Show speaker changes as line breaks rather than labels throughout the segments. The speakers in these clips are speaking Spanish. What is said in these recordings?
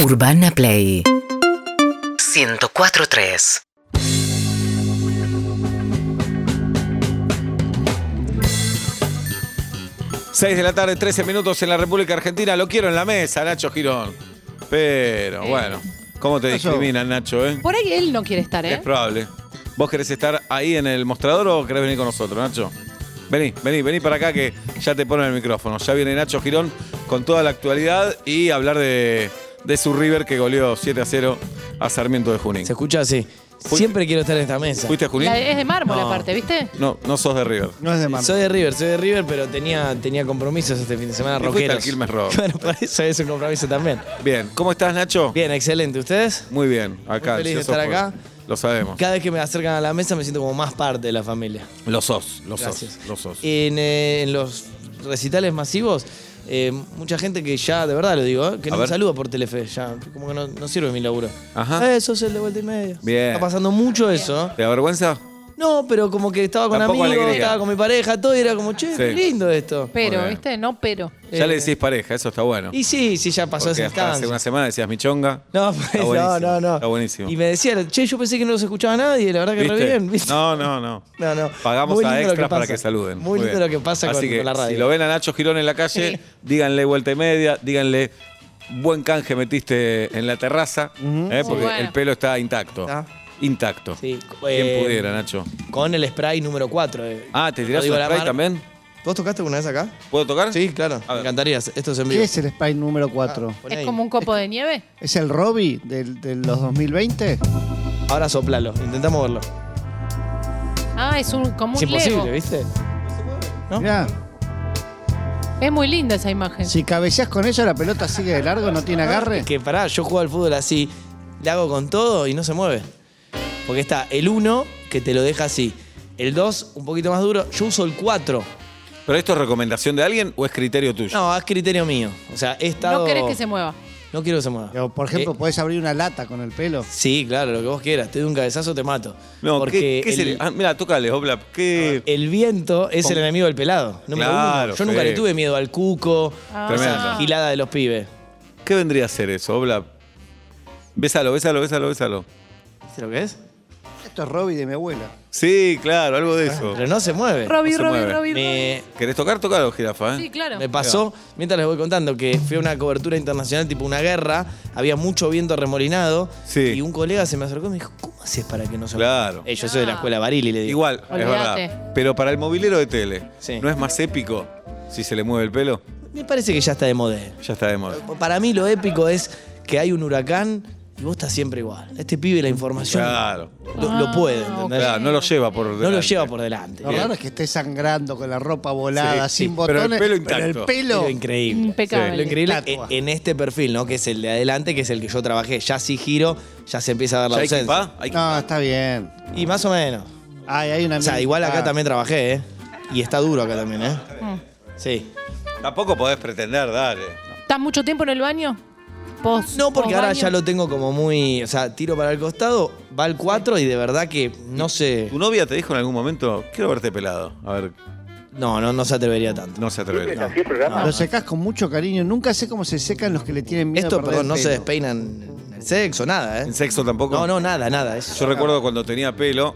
Urbana Play 104.3
6 de la tarde, 13 minutos en la República Argentina. Lo quiero en la mesa, Nacho Girón. Pero bueno, ¿cómo te discriminan, Nacho? eh?
Por ahí él no quiere estar,
Es
¿eh?
probable. ¿Vos querés estar ahí en el mostrador o querés venir con nosotros, Nacho? Vení, vení, vení para acá que ya te ponen el micrófono. Ya viene Nacho Girón con toda la actualidad y hablar de, de su River que goleó 7 a 0 a Sarmiento de Junín.
Se escucha así.
Fuiste-
Siempre quiero estar en esta mesa.
¿Fuiste a Junín?
La- eh. es de mármol
No.
aparte, ¿viste?
No, no sos de River.
No es de Mar.
Soy de River, soy de River, pero tenía, tenía compromisos este fin de semana
Y fuiste al
rockeros.
Quilmes Rock.
Bueno, para eso es un compromiso también.
Bien, ¿cómo estás, Nacho?
Bien, excelente. ¿Ustedes?
Muy bien, acá.
Muy feliz
ansioso
de estar
por-
acá.
Lo sabemos.
Cada vez que me acercan a la mesa me siento como más parte de la familia.
Lo sos, lo
Gracias.
sos, lo sos.
En, eh, en los recitales masivos, eh, mucha gente que ya, de verdad lo digo, eh, que
A
no me
ver.
saluda por telefe, ya, como que no, no sirve mi laburo.
Ajá.
Eh, sos el de vuelta y media.
Bien.
Está pasando mucho eso.
¿Te avergüenza?
No, pero como que estaba con
Tampoco
amigos,
alegría.
estaba con mi pareja, todo, y era como, che, qué
Sí.
lindo esto.
Pero,
Bueno.
¿viste? No, pero.
Ya
Eh.
le decís pareja, eso está bueno.
Y sí, sí, ya pasó
Porque
esa
hasta hace
instancia.
una semana decías mi chonga.
No,
Está
pues,
buenísimo,
no, no, no.
Está buenísimo.
Y me decía, che, yo pensé que no los escuchaba nadie, la verdad que re
¿Viste?
bien, ¿viste?
No, no, no.
No, no.
Pagamos
Muy
a
lindo lo que
extras para
pasa.
que saluden.
Muy lindo
bien.
lo que pasa con-
Así que
con la radio.
Si lo ven a Nacho Girón en la calle, díganle vuelta y media, díganle buen canje metiste en la terraza, ¿eh? porque
bueno.
el pelo está intacto.
Está.
Intacto.
Sí,
Quien
eh,
pudiera, Nacho.
Con el spray número 4. eh.
Ah, ¿te
No
tirás
digo
un
la
spray
mar-
también?
¿Vos tocaste alguna vez acá?
¿Puedo tocar?
Sí, claro.
A
Me
ver.
encantaría. Esto es en vivo. Ah,
¿Qué es el Spy número 4?
Poné
¿Es
ahí.
como un copo de nieve?
¿Es el Robbie del- de, los 2020?
Ahora soplalo. Intentamos verlo.
Ah, es un, como
Es
un
imposible,
lego.
¿viste? ¿No?
Mirá,
Es muy linda esa imagen.
si cabeceás con ella, la pelota sigue de largo, no tiene agarre.
Es que pará, yo juego al fútbol así, le hago con todo y no se mueve. Porque está el 1 que te lo deja así, el 2 un poquito más duro, yo uso el 4.
¿Pero esto es recomendación de alguien o es criterio tuyo?
No, es criterio mío. O sea, he estado...
No querés que se mueva.
No quiero que se mueva.
O, Por ejemplo,
Eh,
podés abrir una lata con el pelo.
sí, claro, lo que vos quieras. Te doy un cabezazo, te mato.
No,
Porque
¿qué, qué
el,
sería? Ah, mira, tócale, Oblap. ¿Qué?
el viento es el enemigo del pelado. número uno.
Claro,
Yo nunca
sí.
le tuve miedo al cuco,
Ah.
a
Tremendo.
esa gilada de los pibes.
¿Qué vendría a ser eso, Oblap? Bésalo, bésalo, bésalo, bésalo.
¿Viste lo que es?
Esto es Robbie de mi abuela.
Sí, claro, algo de eso.
Pero no se mueve.
Robbie,
No se
Robbie,
mueve.
Robbie, Robbie.
Me,
¿Querés tocar? Tocalo, jirafa, ¿eh?
Sí, claro.
Me pasó, mientras les voy contando, que fui a una cobertura internacional, tipo una guerra, había mucho viento remolinado,
Sí.
y un colega se me acercó y me dijo, ¿cómo haces para que no se
Claro.
Eh, yo soy de
Ah.
la escuela Barili, le digo.
Igual, es
Olvídate.
verdad. Pero para el mobilero de tele,
Sí.
¿no es más épico si se le mueve el pelo?
Me parece que ya está de moda. eh.
Ya está de moda.
Para mí lo épico es que hay un huracán y vos estás siempre igual. Este pibe la información
Claro.
lo, lo puede,
Ah,
¿entendés?
Claro, no lo lleva por
No lo
delante.
lleva por delante.
Lo raro es que esté sangrando con la ropa volada,
Sí, sí,
sin
pero el
botones.
pelo
el
intacto.
pelo-
Lo increíble.
Impecable.
Lo increíble en,
Estatua.
en este perfil, ¿no? Que es el de adelante, que es el que yo trabajé. Ya si giro, ya se empieza a ver la
¿Ya hay
ausencia.
equipá? ¿Hay
No, está bien.
Y más o menos.
Ay, hay una
O sea,
mini-
igual acá
ah,
también trabajé, ¿eh? Y está duro acá también, ¿eh? Sí.
equipá? Tampoco podés pretender, dale.
¿Estás mucho tiempo en el baño? Pos-
No, porque ahora
posbaño.
ya lo tengo como muy. O sea, tiro para el costado, va el 4 y de verdad que no sé.
¿Tu novia te dijo en algún momento, quiero verte pelado? A ver,
No, no, no se atrevería tanto.
no se atreve.
Lo secás con mucho cariño. Nunca sé cómo se secan los que le tienen miedo. a
Esto,
perder
perdón,
el
no se
pelo.
despeinan en el sexo, nada, ¿eh?
¿En sexo tampoco?
No, no, nada, nada. es-
Yo recuerdo cuando tenía pelo.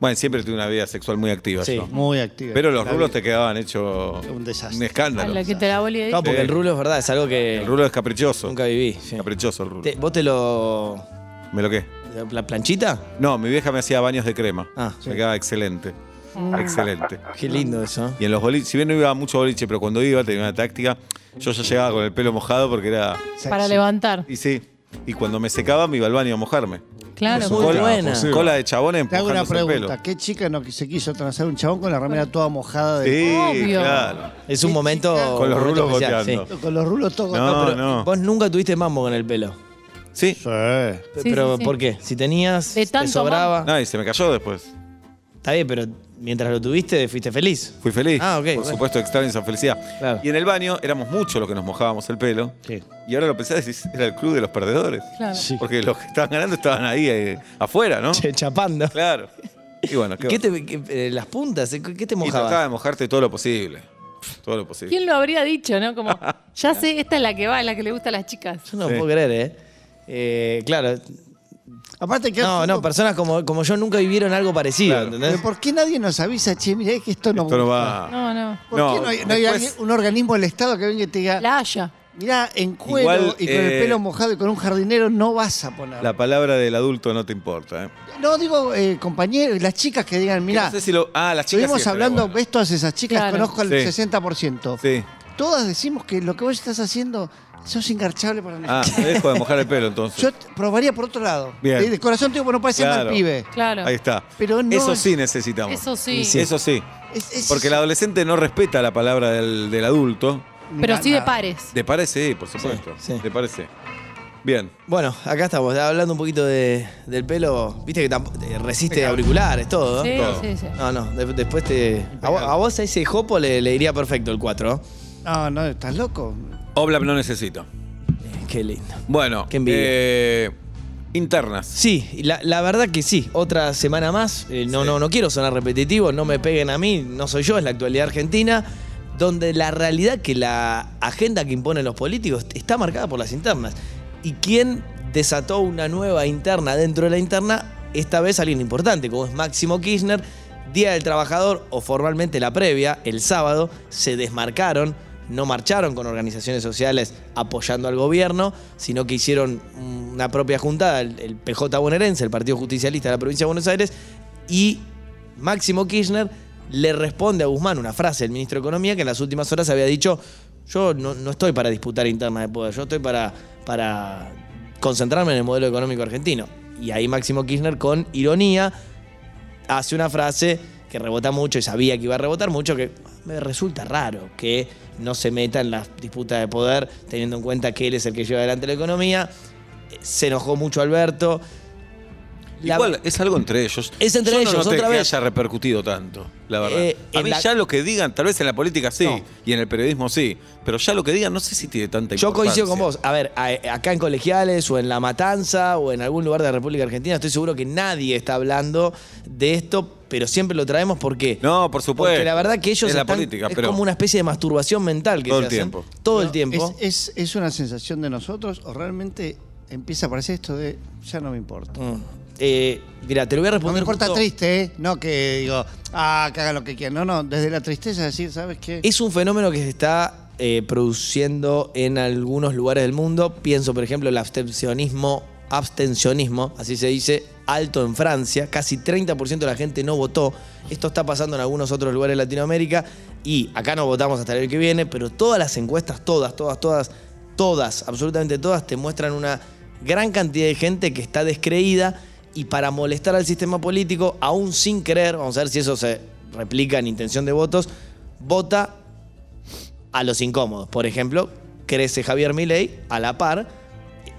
Bueno, siempre tuve una vida sexual muy activa.
Sí.
yo.
Muy activa.
Pero los
La
rulos
vida.
te quedaban hecho
Un desastre.
A
escándalo.
la que te la volví ahí.
No, porque
Sí.
el rulo es verdad, es algo que
El rulo es caprichoso.
nunca viví. sí.
Caprichoso el rulo.
Te- ¿Vos te lo.
¿Me lo qué?
¿La planchita?
No, mi vieja me hacía baños de crema.
Ah, sí.
Me quedaba excelente.
Mm.
Excelente.
Qué lindo eso.
Y en los boliches, si bien no iba mucho boliche, pero cuando iba tenía una táctica, yo ya llegaba con el pelo mojado porque era.
Para levantar.
Y sí. Y cuando me secaba me iba al baño a mojarme.
Claro.
Muy
cola,
buena.
cola de chabones
Te hago una
empujándose el pelo.
pregunta. ¿Qué chica no que se quiso transar un chabón con la remera toda mojada? De...
Sí,
Obvio.
claro.
Es un momento.
Con los
un momento
rulos
especial,
goteando.
Con los rulos todos.
No,
Pero
no.
Vos nunca tuviste mambo con el pelo.
Sí.
Sí.
Sí,
pero
sí, sí.
¿por qué? Si tenías,
De
te
tanto
sobraba.
No, y se me cayó después.
Está bien, pero mientras lo tuviste, fuiste feliz.
Fui feliz.
Ah, ok,
Por
bueno.
supuesto, extraño esa felicidad.
Claro.
Y en el baño éramos muchos los que nos mojábamos el pelo.
Sí.
Y ahora lo pensás, decís, era el club de los perdedores.
Claro.
Sí.
Porque los que estaban ganando estaban ahí eh, afuera, ¿no?
Che, chapando.
Claro. Y bueno,
¿Qué, te, qué- eh, las puntas, eh, ¿qué te
Y trataba de
mojabas?
mojarte todo lo posible. Todo lo posible.
¿Quién lo habría dicho, no? Como, ya sé, esta es la que va, la que le gusta a las chicas.
Yo no
Sí.
puedo creer, ¿eh? eh, claro.
Aparte que...
No, no, personas como, como yo nunca vivieron algo parecido,
Claro.
¿entendés?
Pero ¿Por qué nadie nos avisa, che, mirá es que esto no...
Esto no
gusta"?
va.
Ah.
No, no.
¿Por
No,
qué no hay, no hay
después-
alguien- un organismo del Estado que venga y te diga,
La Haya.
mirá, en cuero
Igual,
y con el
eh,
pelo mojado y con un jardinero no vas a poner?
La palabra del adulto no te importa. ¿eh?
No, digo, eh, compañeros, las chicas que digan, mirá,
No sé si lo- Ah, las chicas
estuvimos
siempre,
hablando,
bueno.
esto hace esas chicas,
Claro.
conozco al
Sí.
60%.
Sí.
Todas decimos que lo que vos estás haciendo, sos engarchable para nosotros.
Ah, me dejo de mojar el pelo entonces.
Yo t- probaría por otro lado.
Bien.
De, de corazón te digo, bueno, parece mal
Claro.
pibe.
Claro.
Ahí está.
Pero no
Eso
es-
sí necesitamos.
Eso sí.
Y Eh, sí.
Eso sí.
Es- es-
Porque el adolescente no respeta la palabra del, del adulto.
Pero
Mirá,
sí de
Ah.
nada.
pares.
¿Te parece? Sí, por supuesto.
Sí, sí.
¿Te parece? Bien.
Bueno, acá estamos, hablando un poquito de- del pelo. Viste que tampo- eh, resiste auriculares, todo. ¿no?
Sí,
Todo.
sí, sí.
No, no, de- después te. A, vo- a vos a ese jopo le, le iría perfecto el 4.
No, no, estás loco.
Oblap no necesito.
Qué lindo.
Bueno.
Qué envidia.
eh, internas.
Sí, y la, la verdad que sí. Otra semana más. Eh, no, no, no quiero sonar repetitivo, no me peguen a mí, no soy yo, es la actualidad argentina. Donde la realidad que la agenda que imponen los políticos está marcada por las internas. Y quien desató una nueva interna dentro de la interna, esta vez alguien importante, como es Máximo Kirchner, Día del Trabajador o formalmente la previa, el sábado, se desmarcaron no marcharon con organizaciones sociales apoyando al gobierno, sino que hicieron una propia juntada, el, el PJ bonaerense, el Partido Justicialista de la Provincia de Buenos Aires, y Máximo Kirchner le responde a Guzmán una frase del ministro de Economía que en las últimas horas había dicho, yo no, no estoy para disputar internas de poder, yo estoy para, para concentrarme en el modelo económico argentino. Y ahí Máximo Kirchner con ironía hace una frase que rebota mucho y sabía que iba a rebotar mucho, que me resulta raro que no se meta en las disputas de poder, teniendo en cuenta que él es el que lleva adelante la economía. Eh, Se enojó mucho Alberto. La-
Igual es algo entre ellos.
Es entre
Yo
ellos,
no noté
otra
que
vez.
haya repercutido tanto, la verdad.
Eh,
a
en
mí
la-
ya lo que digan, tal vez en la política sí,
No.
y en el periodismo sí, pero ya lo que digan no sé si tiene tanta
Yo
importancia.
coincido con vos. A ver, a- acá en Colegiales o en La Matanza o en algún lugar de la República Argentina, estoy seguro que nadie está hablando de esto, pero siempre lo traemos porque.
No, por supuesto.
Porque la verdad que ellos
Es la
están-
política,
es
pero-
como una especie de masturbación mental que
Todo el
se hacen.
tiempo.
Todo el
No,
tiempo.
Es, es- es una sensación de nosotros o realmente empieza a aparecer esto de ya no me importa?
Mm. Eh, mira, te lo voy a
No
responder.
me importa
justo-
triste, ¿eh? No que digo, ah, que hagan lo que quieran. No, no, desde la tristeza decir, ¿sabes qué?
Es un fenómeno que se está eh, produciendo en algunos lugares del mundo. Pienso, por ejemplo, el abstencionismo, abstencionismo, así se dice, alto en Francia. Casi 30% de la gente no votó. Esto está pasando en algunos otros lugares de Latinoamérica. Y acá no votamos hasta el año que viene, pero todas las encuestas, todas, todas, todas, todas, absolutamente todas, te muestran una gran cantidad de gente que está descreída y para molestar al sistema político, aún sin creer, vamos a ver si eso se replica en intención de votos, vota a los incómodos. Por ejemplo, crece Javier Milei a la par,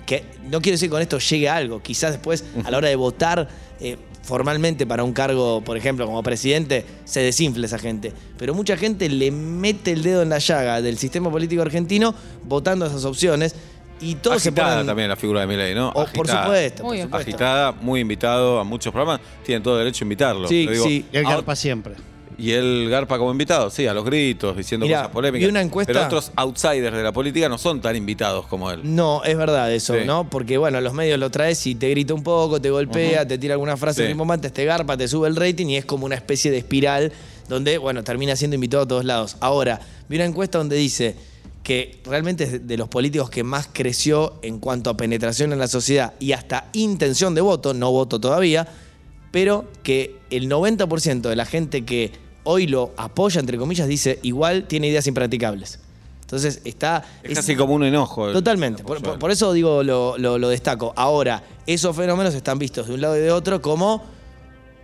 que no quiero decir que con esto llegue a algo, quizás después a la hora de votar eh, formalmente para un cargo, por ejemplo, como presidente, se desinfla esa gente. Pero mucha gente le mete el dedo en la llaga del sistema político argentino votando esas opciones y todos
Agitada
se ponen...
también la figura de Milei, ¿no?
Oh, por
Agitada.
supuesto, por
Muy bien.
supuesto.
Agitada, muy invitado a muchos programas. Tienen todo derecho a invitarlo.
Sí,
pero digo,
sí.
Y el
a-
garpa siempre.
Y él garpa como invitado, sí, a los gritos, diciendo
Mirá,
cosas polémicas.
vi una encuesta-
Pero otros outsiders de la política no son tan invitados como él.
No, es verdad eso,
Sí.
¿no? Porque bueno, los medios lo traes y te grita un poco, te golpea, te tira alguna frase
Sí.
rimbombante, te garpa, te sube el rating y es como una especie de espiral donde, bueno, termina siendo invitado a todos lados. Ahora, vi una encuesta donde dice que realmente es de los políticos que más creció en cuanto a penetración en la sociedad y hasta intención de voto, no voto todavía, pero que el 90% de la gente que hoy lo apoya, entre comillas, dice igual tiene ideas impracticables. Entonces está...
Es,
es-
casi como un enojo. el-
Totalmente. Por, por- por eso digo, lo, lo- lo destaco. Ahora, esos fenómenos están vistos de un lado y de otro como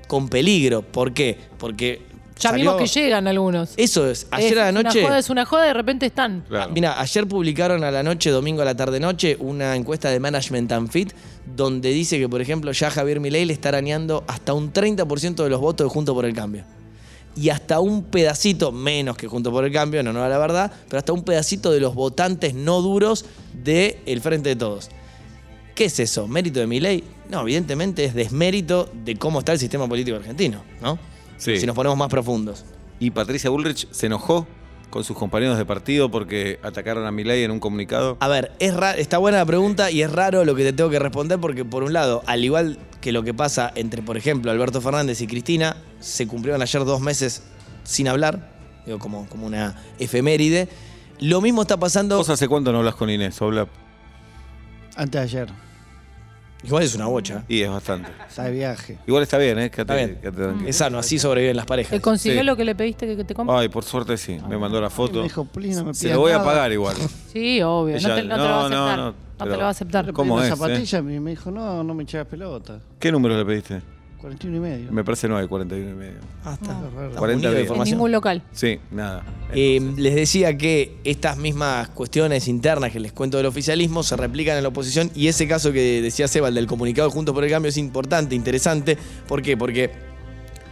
con peligro. ¿Por qué? Porque.
Ya
salió-
vimos que llegan algunos.
Eh,
Eso es. Ayer
Es
a la noche.
Una joda es una joda y de repente están.
Claro.
Mira, ayer publicaron a la noche, domingo a la tarde noche, una encuesta de Management and Fit, donde dice que, por ejemplo, ya Javier Milei le está arañando hasta un 30% de los votos de Junto por el Cambio. Y hasta un pedacito, menos que Junto por el Cambio, no, no a la verdad, pero hasta un pedacito de los votantes no duros del el Frente de Todos. ¿Qué es eso? ¿Mérito de Milei? No, evidentemente es desmérito de cómo está el sistema político argentino, ¿no?
Sí.
Si nos ponemos más profundos.
Y Patricia Bullrich se enojó con sus compañeros de partido porque atacaron a Milei en un comunicado?
A ver, es ra- está buena la pregunta y es raro lo que te tengo que responder porque, por un lado, al igual que lo que pasa entre, por ejemplo, Alberto Fernández y Cristina, se cumplieron ayer dos meses sin hablar, digo, como, como una efeméride. Lo mismo está pasando.
¿Vos hace cuánto no hablas con Inés? Habla.
Antes de ayer.
Igual es una bocha.
Y es bastante.
Está de viaje.
Igual está bien, ¿eh?
Está
Quédate,
bien.
quédate tranquilo.
Es sano, así sobreviven las parejas.
¿Eh, ¿Consiguió
Sí.
lo que le pediste que te compre?
Ay, por suerte sí. Me mandó la
Me
foto.
dijo, please, no me
Se
pidas
lo voy a
nada.
pagar igual.
Sí, obvio.
Ella-
no, te, no te lo va
no,
a
no,
aceptar.
no,
No,
pero-
te lo va a aceptar.
Le pedí
¿Cómo
una
es, eh?
zapatilla y me dijo, no, no me echas pelota.
¿Qué número le pediste?
41 y medio.
Me parece 9, 41 y medio.
Ah, está.
Ah, raro.
Está
40
unido
días.
de
En
información.
ningún local.
Sí, nada.
Eh, les decía que estas mismas cuestiones internas que les cuento del oficialismo se replican en la oposición y ese caso que decía Seba, el del comunicado Juntos por el Cambio, es importante, interesante. ¿Por qué? Porque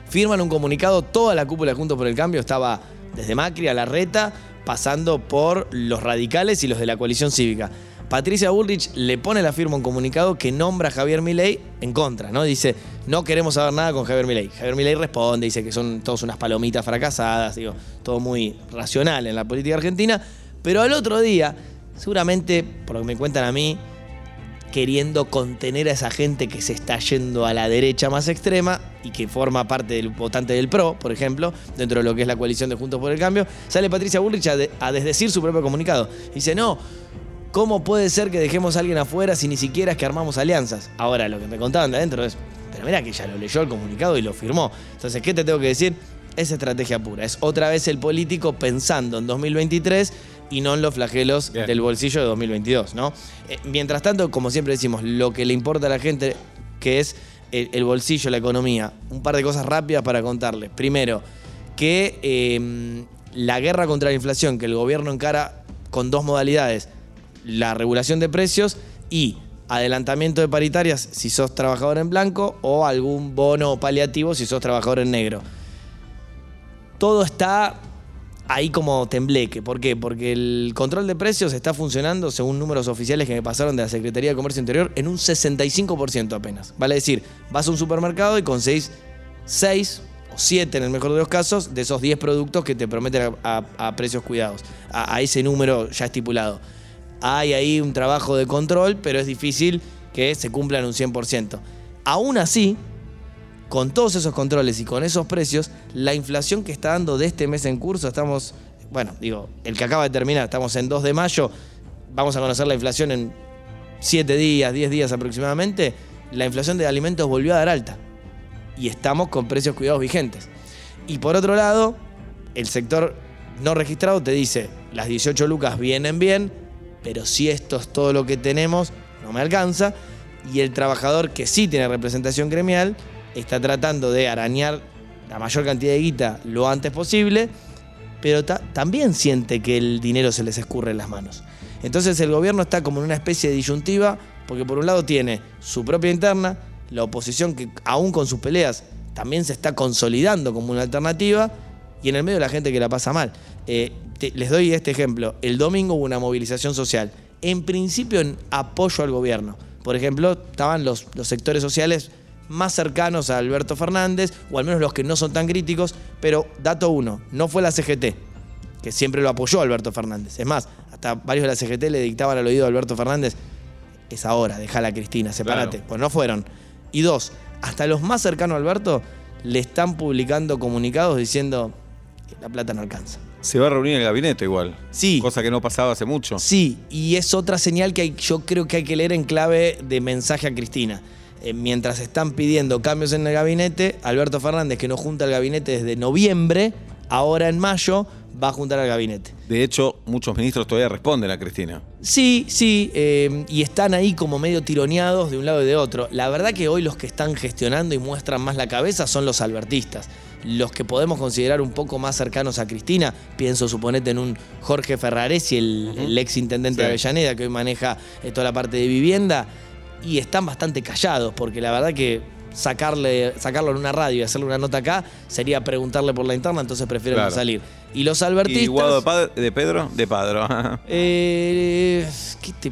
firman un comunicado, toda la cúpula de Juntos por el Cambio estaba desde Macri a Larreta, pasando por los radicales y los de la coalición cívica. Patricia Bullrich le pone la firma a un comunicado que nombra a Javier Milei en contra, ¿no? Dice, no queremos saber nada con Javier Milei. Javier Milei responde, dice que son todos unas palomitas fracasadas, digo, todo muy racional en la política argentina, pero al otro día, seguramente, por lo que me cuentan a mí, queriendo contener a esa gente que se está yendo a la derecha más extrema y que forma parte del votante del PRO, por ejemplo, dentro de lo que es la coalición de Juntos por el Cambio, sale Patricia Bullrich a, de- a desdecir su propio comunicado. Dice, no, ¿cómo puede ser que dejemos a alguien afuera si ni siquiera es que armamos alianzas? Ahora, lo que me contaban de adentro es, pero mira que ya lo leyó el comunicado y lo firmó. Entonces, ¿qué te tengo que decir? Es estrategia pura, es otra vez el político pensando en 2023 y no en los flagelos
Bien.
del bolsillo de 2022, ¿no? Eh, mientras tanto, como siempre decimos, lo que le importa a la gente, que es el, el bolsillo, la economía, un par de cosas rápidas para contarles. Primero, que eh, la guerra contra la inflación que el gobierno encara con dos modalidades, la regulación de precios y adelantamiento de paritarias si sos trabajador en blanco o algún bono paliativo si sos trabajador en negro todo está ahí como tembleque. ¿Por qué? Porque el control de precios está funcionando, según números oficiales que me pasaron de la Secretaría de Comercio Interior, en un 65% apenas. Vale decir, vas a un supermercado y conseguís 6 o 7 en el mejor de los casos de esos 10 productos que te prometen a, a- a precios cuidados, a- a ese número ya estipulado hay ahí un trabajo de control, pero es difícil que se cumplan un 100%. Aún así, con todos esos controles y con esos precios, la inflación que está dando de este mes en curso, estamos, bueno, digo, el que acaba de terminar, estamos en 2 de mayo, vamos a conocer la inflación en 7 días, 10 días aproximadamente, la inflación de alimentos volvió a dar alta y estamos con precios cuidados vigentes. Y por otro lado, el sector no registrado te dice, las 18 lucas vienen bien, pero si esto es todo lo que tenemos, no me alcanza. Y el trabajador que sí tiene representación gremial está tratando de arañar la mayor cantidad de guita lo antes posible, pero ta- también siente que el dinero se les escurre en las manos. Entonces el gobierno está como en una especie de disyuntiva, porque por un lado tiene su propia interna, la oposición que aún con sus peleas también se está consolidando como una alternativa, y en el medio la gente que la pasa mal. Eh, te- les doy este ejemplo. El domingo hubo una movilización social, en principio en apoyo al gobierno. Por ejemplo, estaban los, los sectores sociales más cercanos a Alberto Fernández, o al menos los que no son tan críticos, pero dato uno, no fue la CGT, que siempre lo apoyó Alberto Fernández. Es más, hasta varios de la CGT le dictaban al oído a Alberto Fernández, es ahora, dejala Cristina, sepárate.
Claro.
Pues no fueron. Y dos, hasta los más cercanos a Alberto le están publicando comunicados diciendo, la plata no alcanza.
Se va a reunir el gabinete igual.
Sí.
Cosa que no pasaba hace mucho.
Sí, y es otra señal que hay- yo creo que hay que leer en clave de mensaje a Cristina. Eh, mientras están pidiendo cambios en el gabinete, Alberto Fernández, que no junta el gabinete desde noviembre, ahora en mayo va a juntar al gabinete.
De hecho, muchos ministros todavía responden a Cristina.
Sí, sí, eh, y están ahí como medio tironeados de un lado y de otro. La verdad que hoy los que están gestionando y muestran más la cabeza son los albertistas. Los que podemos considerar un poco más cercanos a Cristina, pienso suponete en un Jorge Ferraresi, el, el ex intendente de
Sí.
Avellaneda, que hoy maneja eh, toda la parte de vivienda, y están bastante callados, porque la verdad que sacarle, sacarlo en una radio y hacerle una nota acá sería preguntarle por la interna, entonces prefieren
Claro.
no salir. Y los albertistas.
¿Y Guado de, Pad- de Pedro? De Padro.
eh, ¿Qué te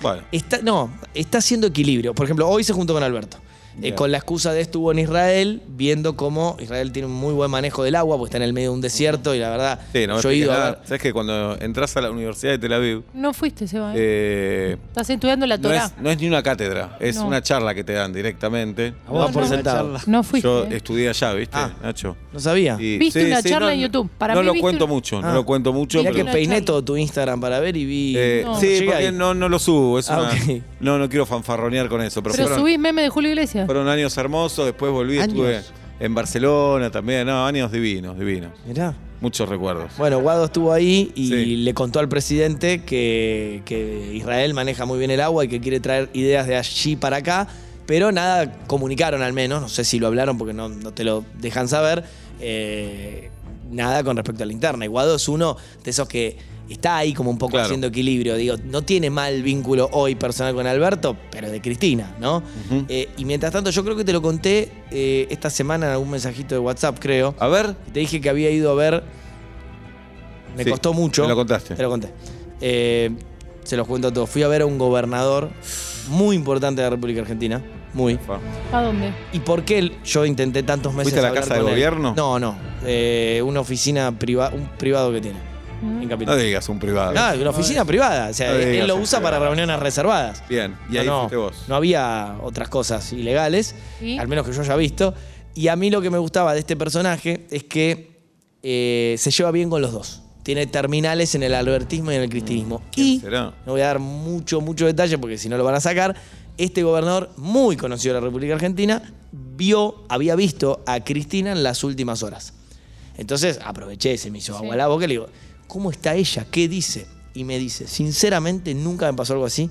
bueno.
Está, no, está haciendo equilibrio. Por ejemplo, hoy se juntó con Alberto. Eh,
Bien.
con la excusa de estuvo en Israel, viendo cómo Israel tiene un muy buen manejo del agua, porque está en el medio de un desierto y la verdad,
Sí, no me
yo he ido
expliques
a
nada.
ver.
Sabes que cuando entras a la Universidad de Tel Aviv,
No fuiste, Seba. ¿eh?
eh,
Estás estudiando la
no,
Torah.
es, no es ni una cátedra, es
No.
una charla que te dan directamente.
A vos
No,
por
no.
sentado.
Una charla.
No fuiste.
Yo
¿eh?
estudié allá, ¿viste,
Ah.
Nacho?
No sabía.
Y-
Viste una charla
no,
en
no-
YouTube. Para
no
mí
lo
viste
cuento
una-
mucho,
Ah.
no lo cuento mucho.
Mirá
pero-
que
una
peiné
charla.
todo tu Instagram para ver y vi.
Eh,
No.
Sí,
Llegué
porque
ahí.
no, no lo subo. Es
Ah,
una-
ok.
No, no quiero fanfarronear con eso. Pero,
Pero
fueron,
subís meme de Julio Iglesias.
fueron años hermosos. Después volví,
Años.
estuve en Barcelona también. No, años divinos, divinos.
Mirá.
Muchos recuerdos.
Bueno, Guado estuvo ahí y
Sí.
le contó al presidente que, que Israel maneja muy bien el agua y que quiere traer ideas de allí para acá, pero nada, comunicaron al menos, no sé si lo hablaron porque no, no te lo dejan saber, eh, nada con respecto a la interna. Y Guado es uno de esos que está ahí como un poco
Claro.
haciendo equilibrio, digo, no tiene mal vínculo hoy personal con Alberto, pero de Cristina, ¿no?
Ujú.
Eh, y mientras tanto, yo creo que te lo conté eh, esta semana en algún mensajito de WhatsApp, creo.
A ver.
Te dije que había ido a ver. Me
Sí,
costó mucho.
me lo contaste.
Te lo conté. Eh, se los cuento a todos. Fui a ver a un gobernador muy importante de la República Argentina. Muy.
Fa.
¿A dónde?
¿Y por qué él- yo intenté tantos meses
¿Fuiste a la
hablar
casa de
con él?
gobierno?
No, no. Eh, una oficina privada, un privado que tiene.
Mm.
En
No
Capital.
digas un privado.
No, una oficina privada. O sea,
No
él
digas
lo
un
usa para
privado.
reuniones reservadas.
Bien, y ahí fuiste vos.
No había otras cosas ilegales,
¿Y?
al menos que yo haya visto. Y a mí lo que me gustaba de este personaje es que eh, se lleva bien con los dos. Tiene terminales en el albertismo y en el cristinismo.
Mm, ¿Quién
y
será?
no voy a dar mucho, mucho detalle porque si no lo van a sacar. Este gobernador, muy conocido de la República Argentina, vio, había visto a Cristina en las últimas horas. Entonces aproveché, se me hizo agua la boca y le digo, ¿cómo está ella? ¿Qué dice? Y me dice, sinceramente nunca me pasó algo así.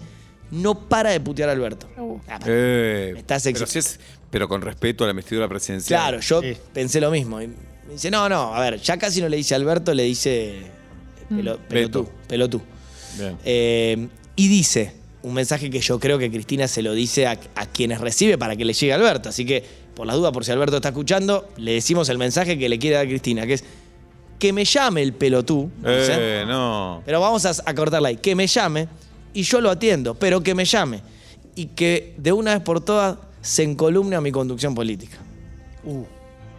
No para de putear a Alberto.
Uh.
Ah, pa-
Eh,
Me estás
pero,
exi-
si es- pero con respeto a la investidura presidencial.
Claro, yo
Sí.
pensé lo mismo. Y me dice, no, no, a ver, ya casi no le dice Alberto, le dice pelo, pelotú,
Beto.
pelotú.
Bien.
Eh, y dice un mensaje que yo creo que Cristina se lo dice a, a quienes recibe para que le llegue a Alberto. Así que, por las dudas, por si Alberto está escuchando, le decimos el mensaje que le quiere dar Cristina, que es que me llame el pelotú. dice.
Eh, no.
Pero vamos a, a cortarla ahí. Que me llame y yo lo atiendo, pero que me llame. Y que de una vez por todas se encolumne a mi conducción política.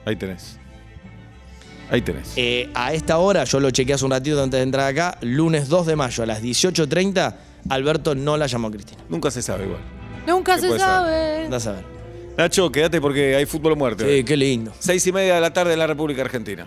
Ahí tenés. Ahí tenés.
Eh, a esta hora, yo lo chequeé hace un ratito antes de entrar acá, lunes 2 de mayo a las 18.30, Alberto no la llamó a Cristina.
Nunca se sabe igual.
Nunca
¿Qué
se
puede
sabe.
Andás a ver.
Nacho, quédate porque hay fútbol muerto.
Sí, qué lindo.
Seis y media de la tarde en la República Argentina.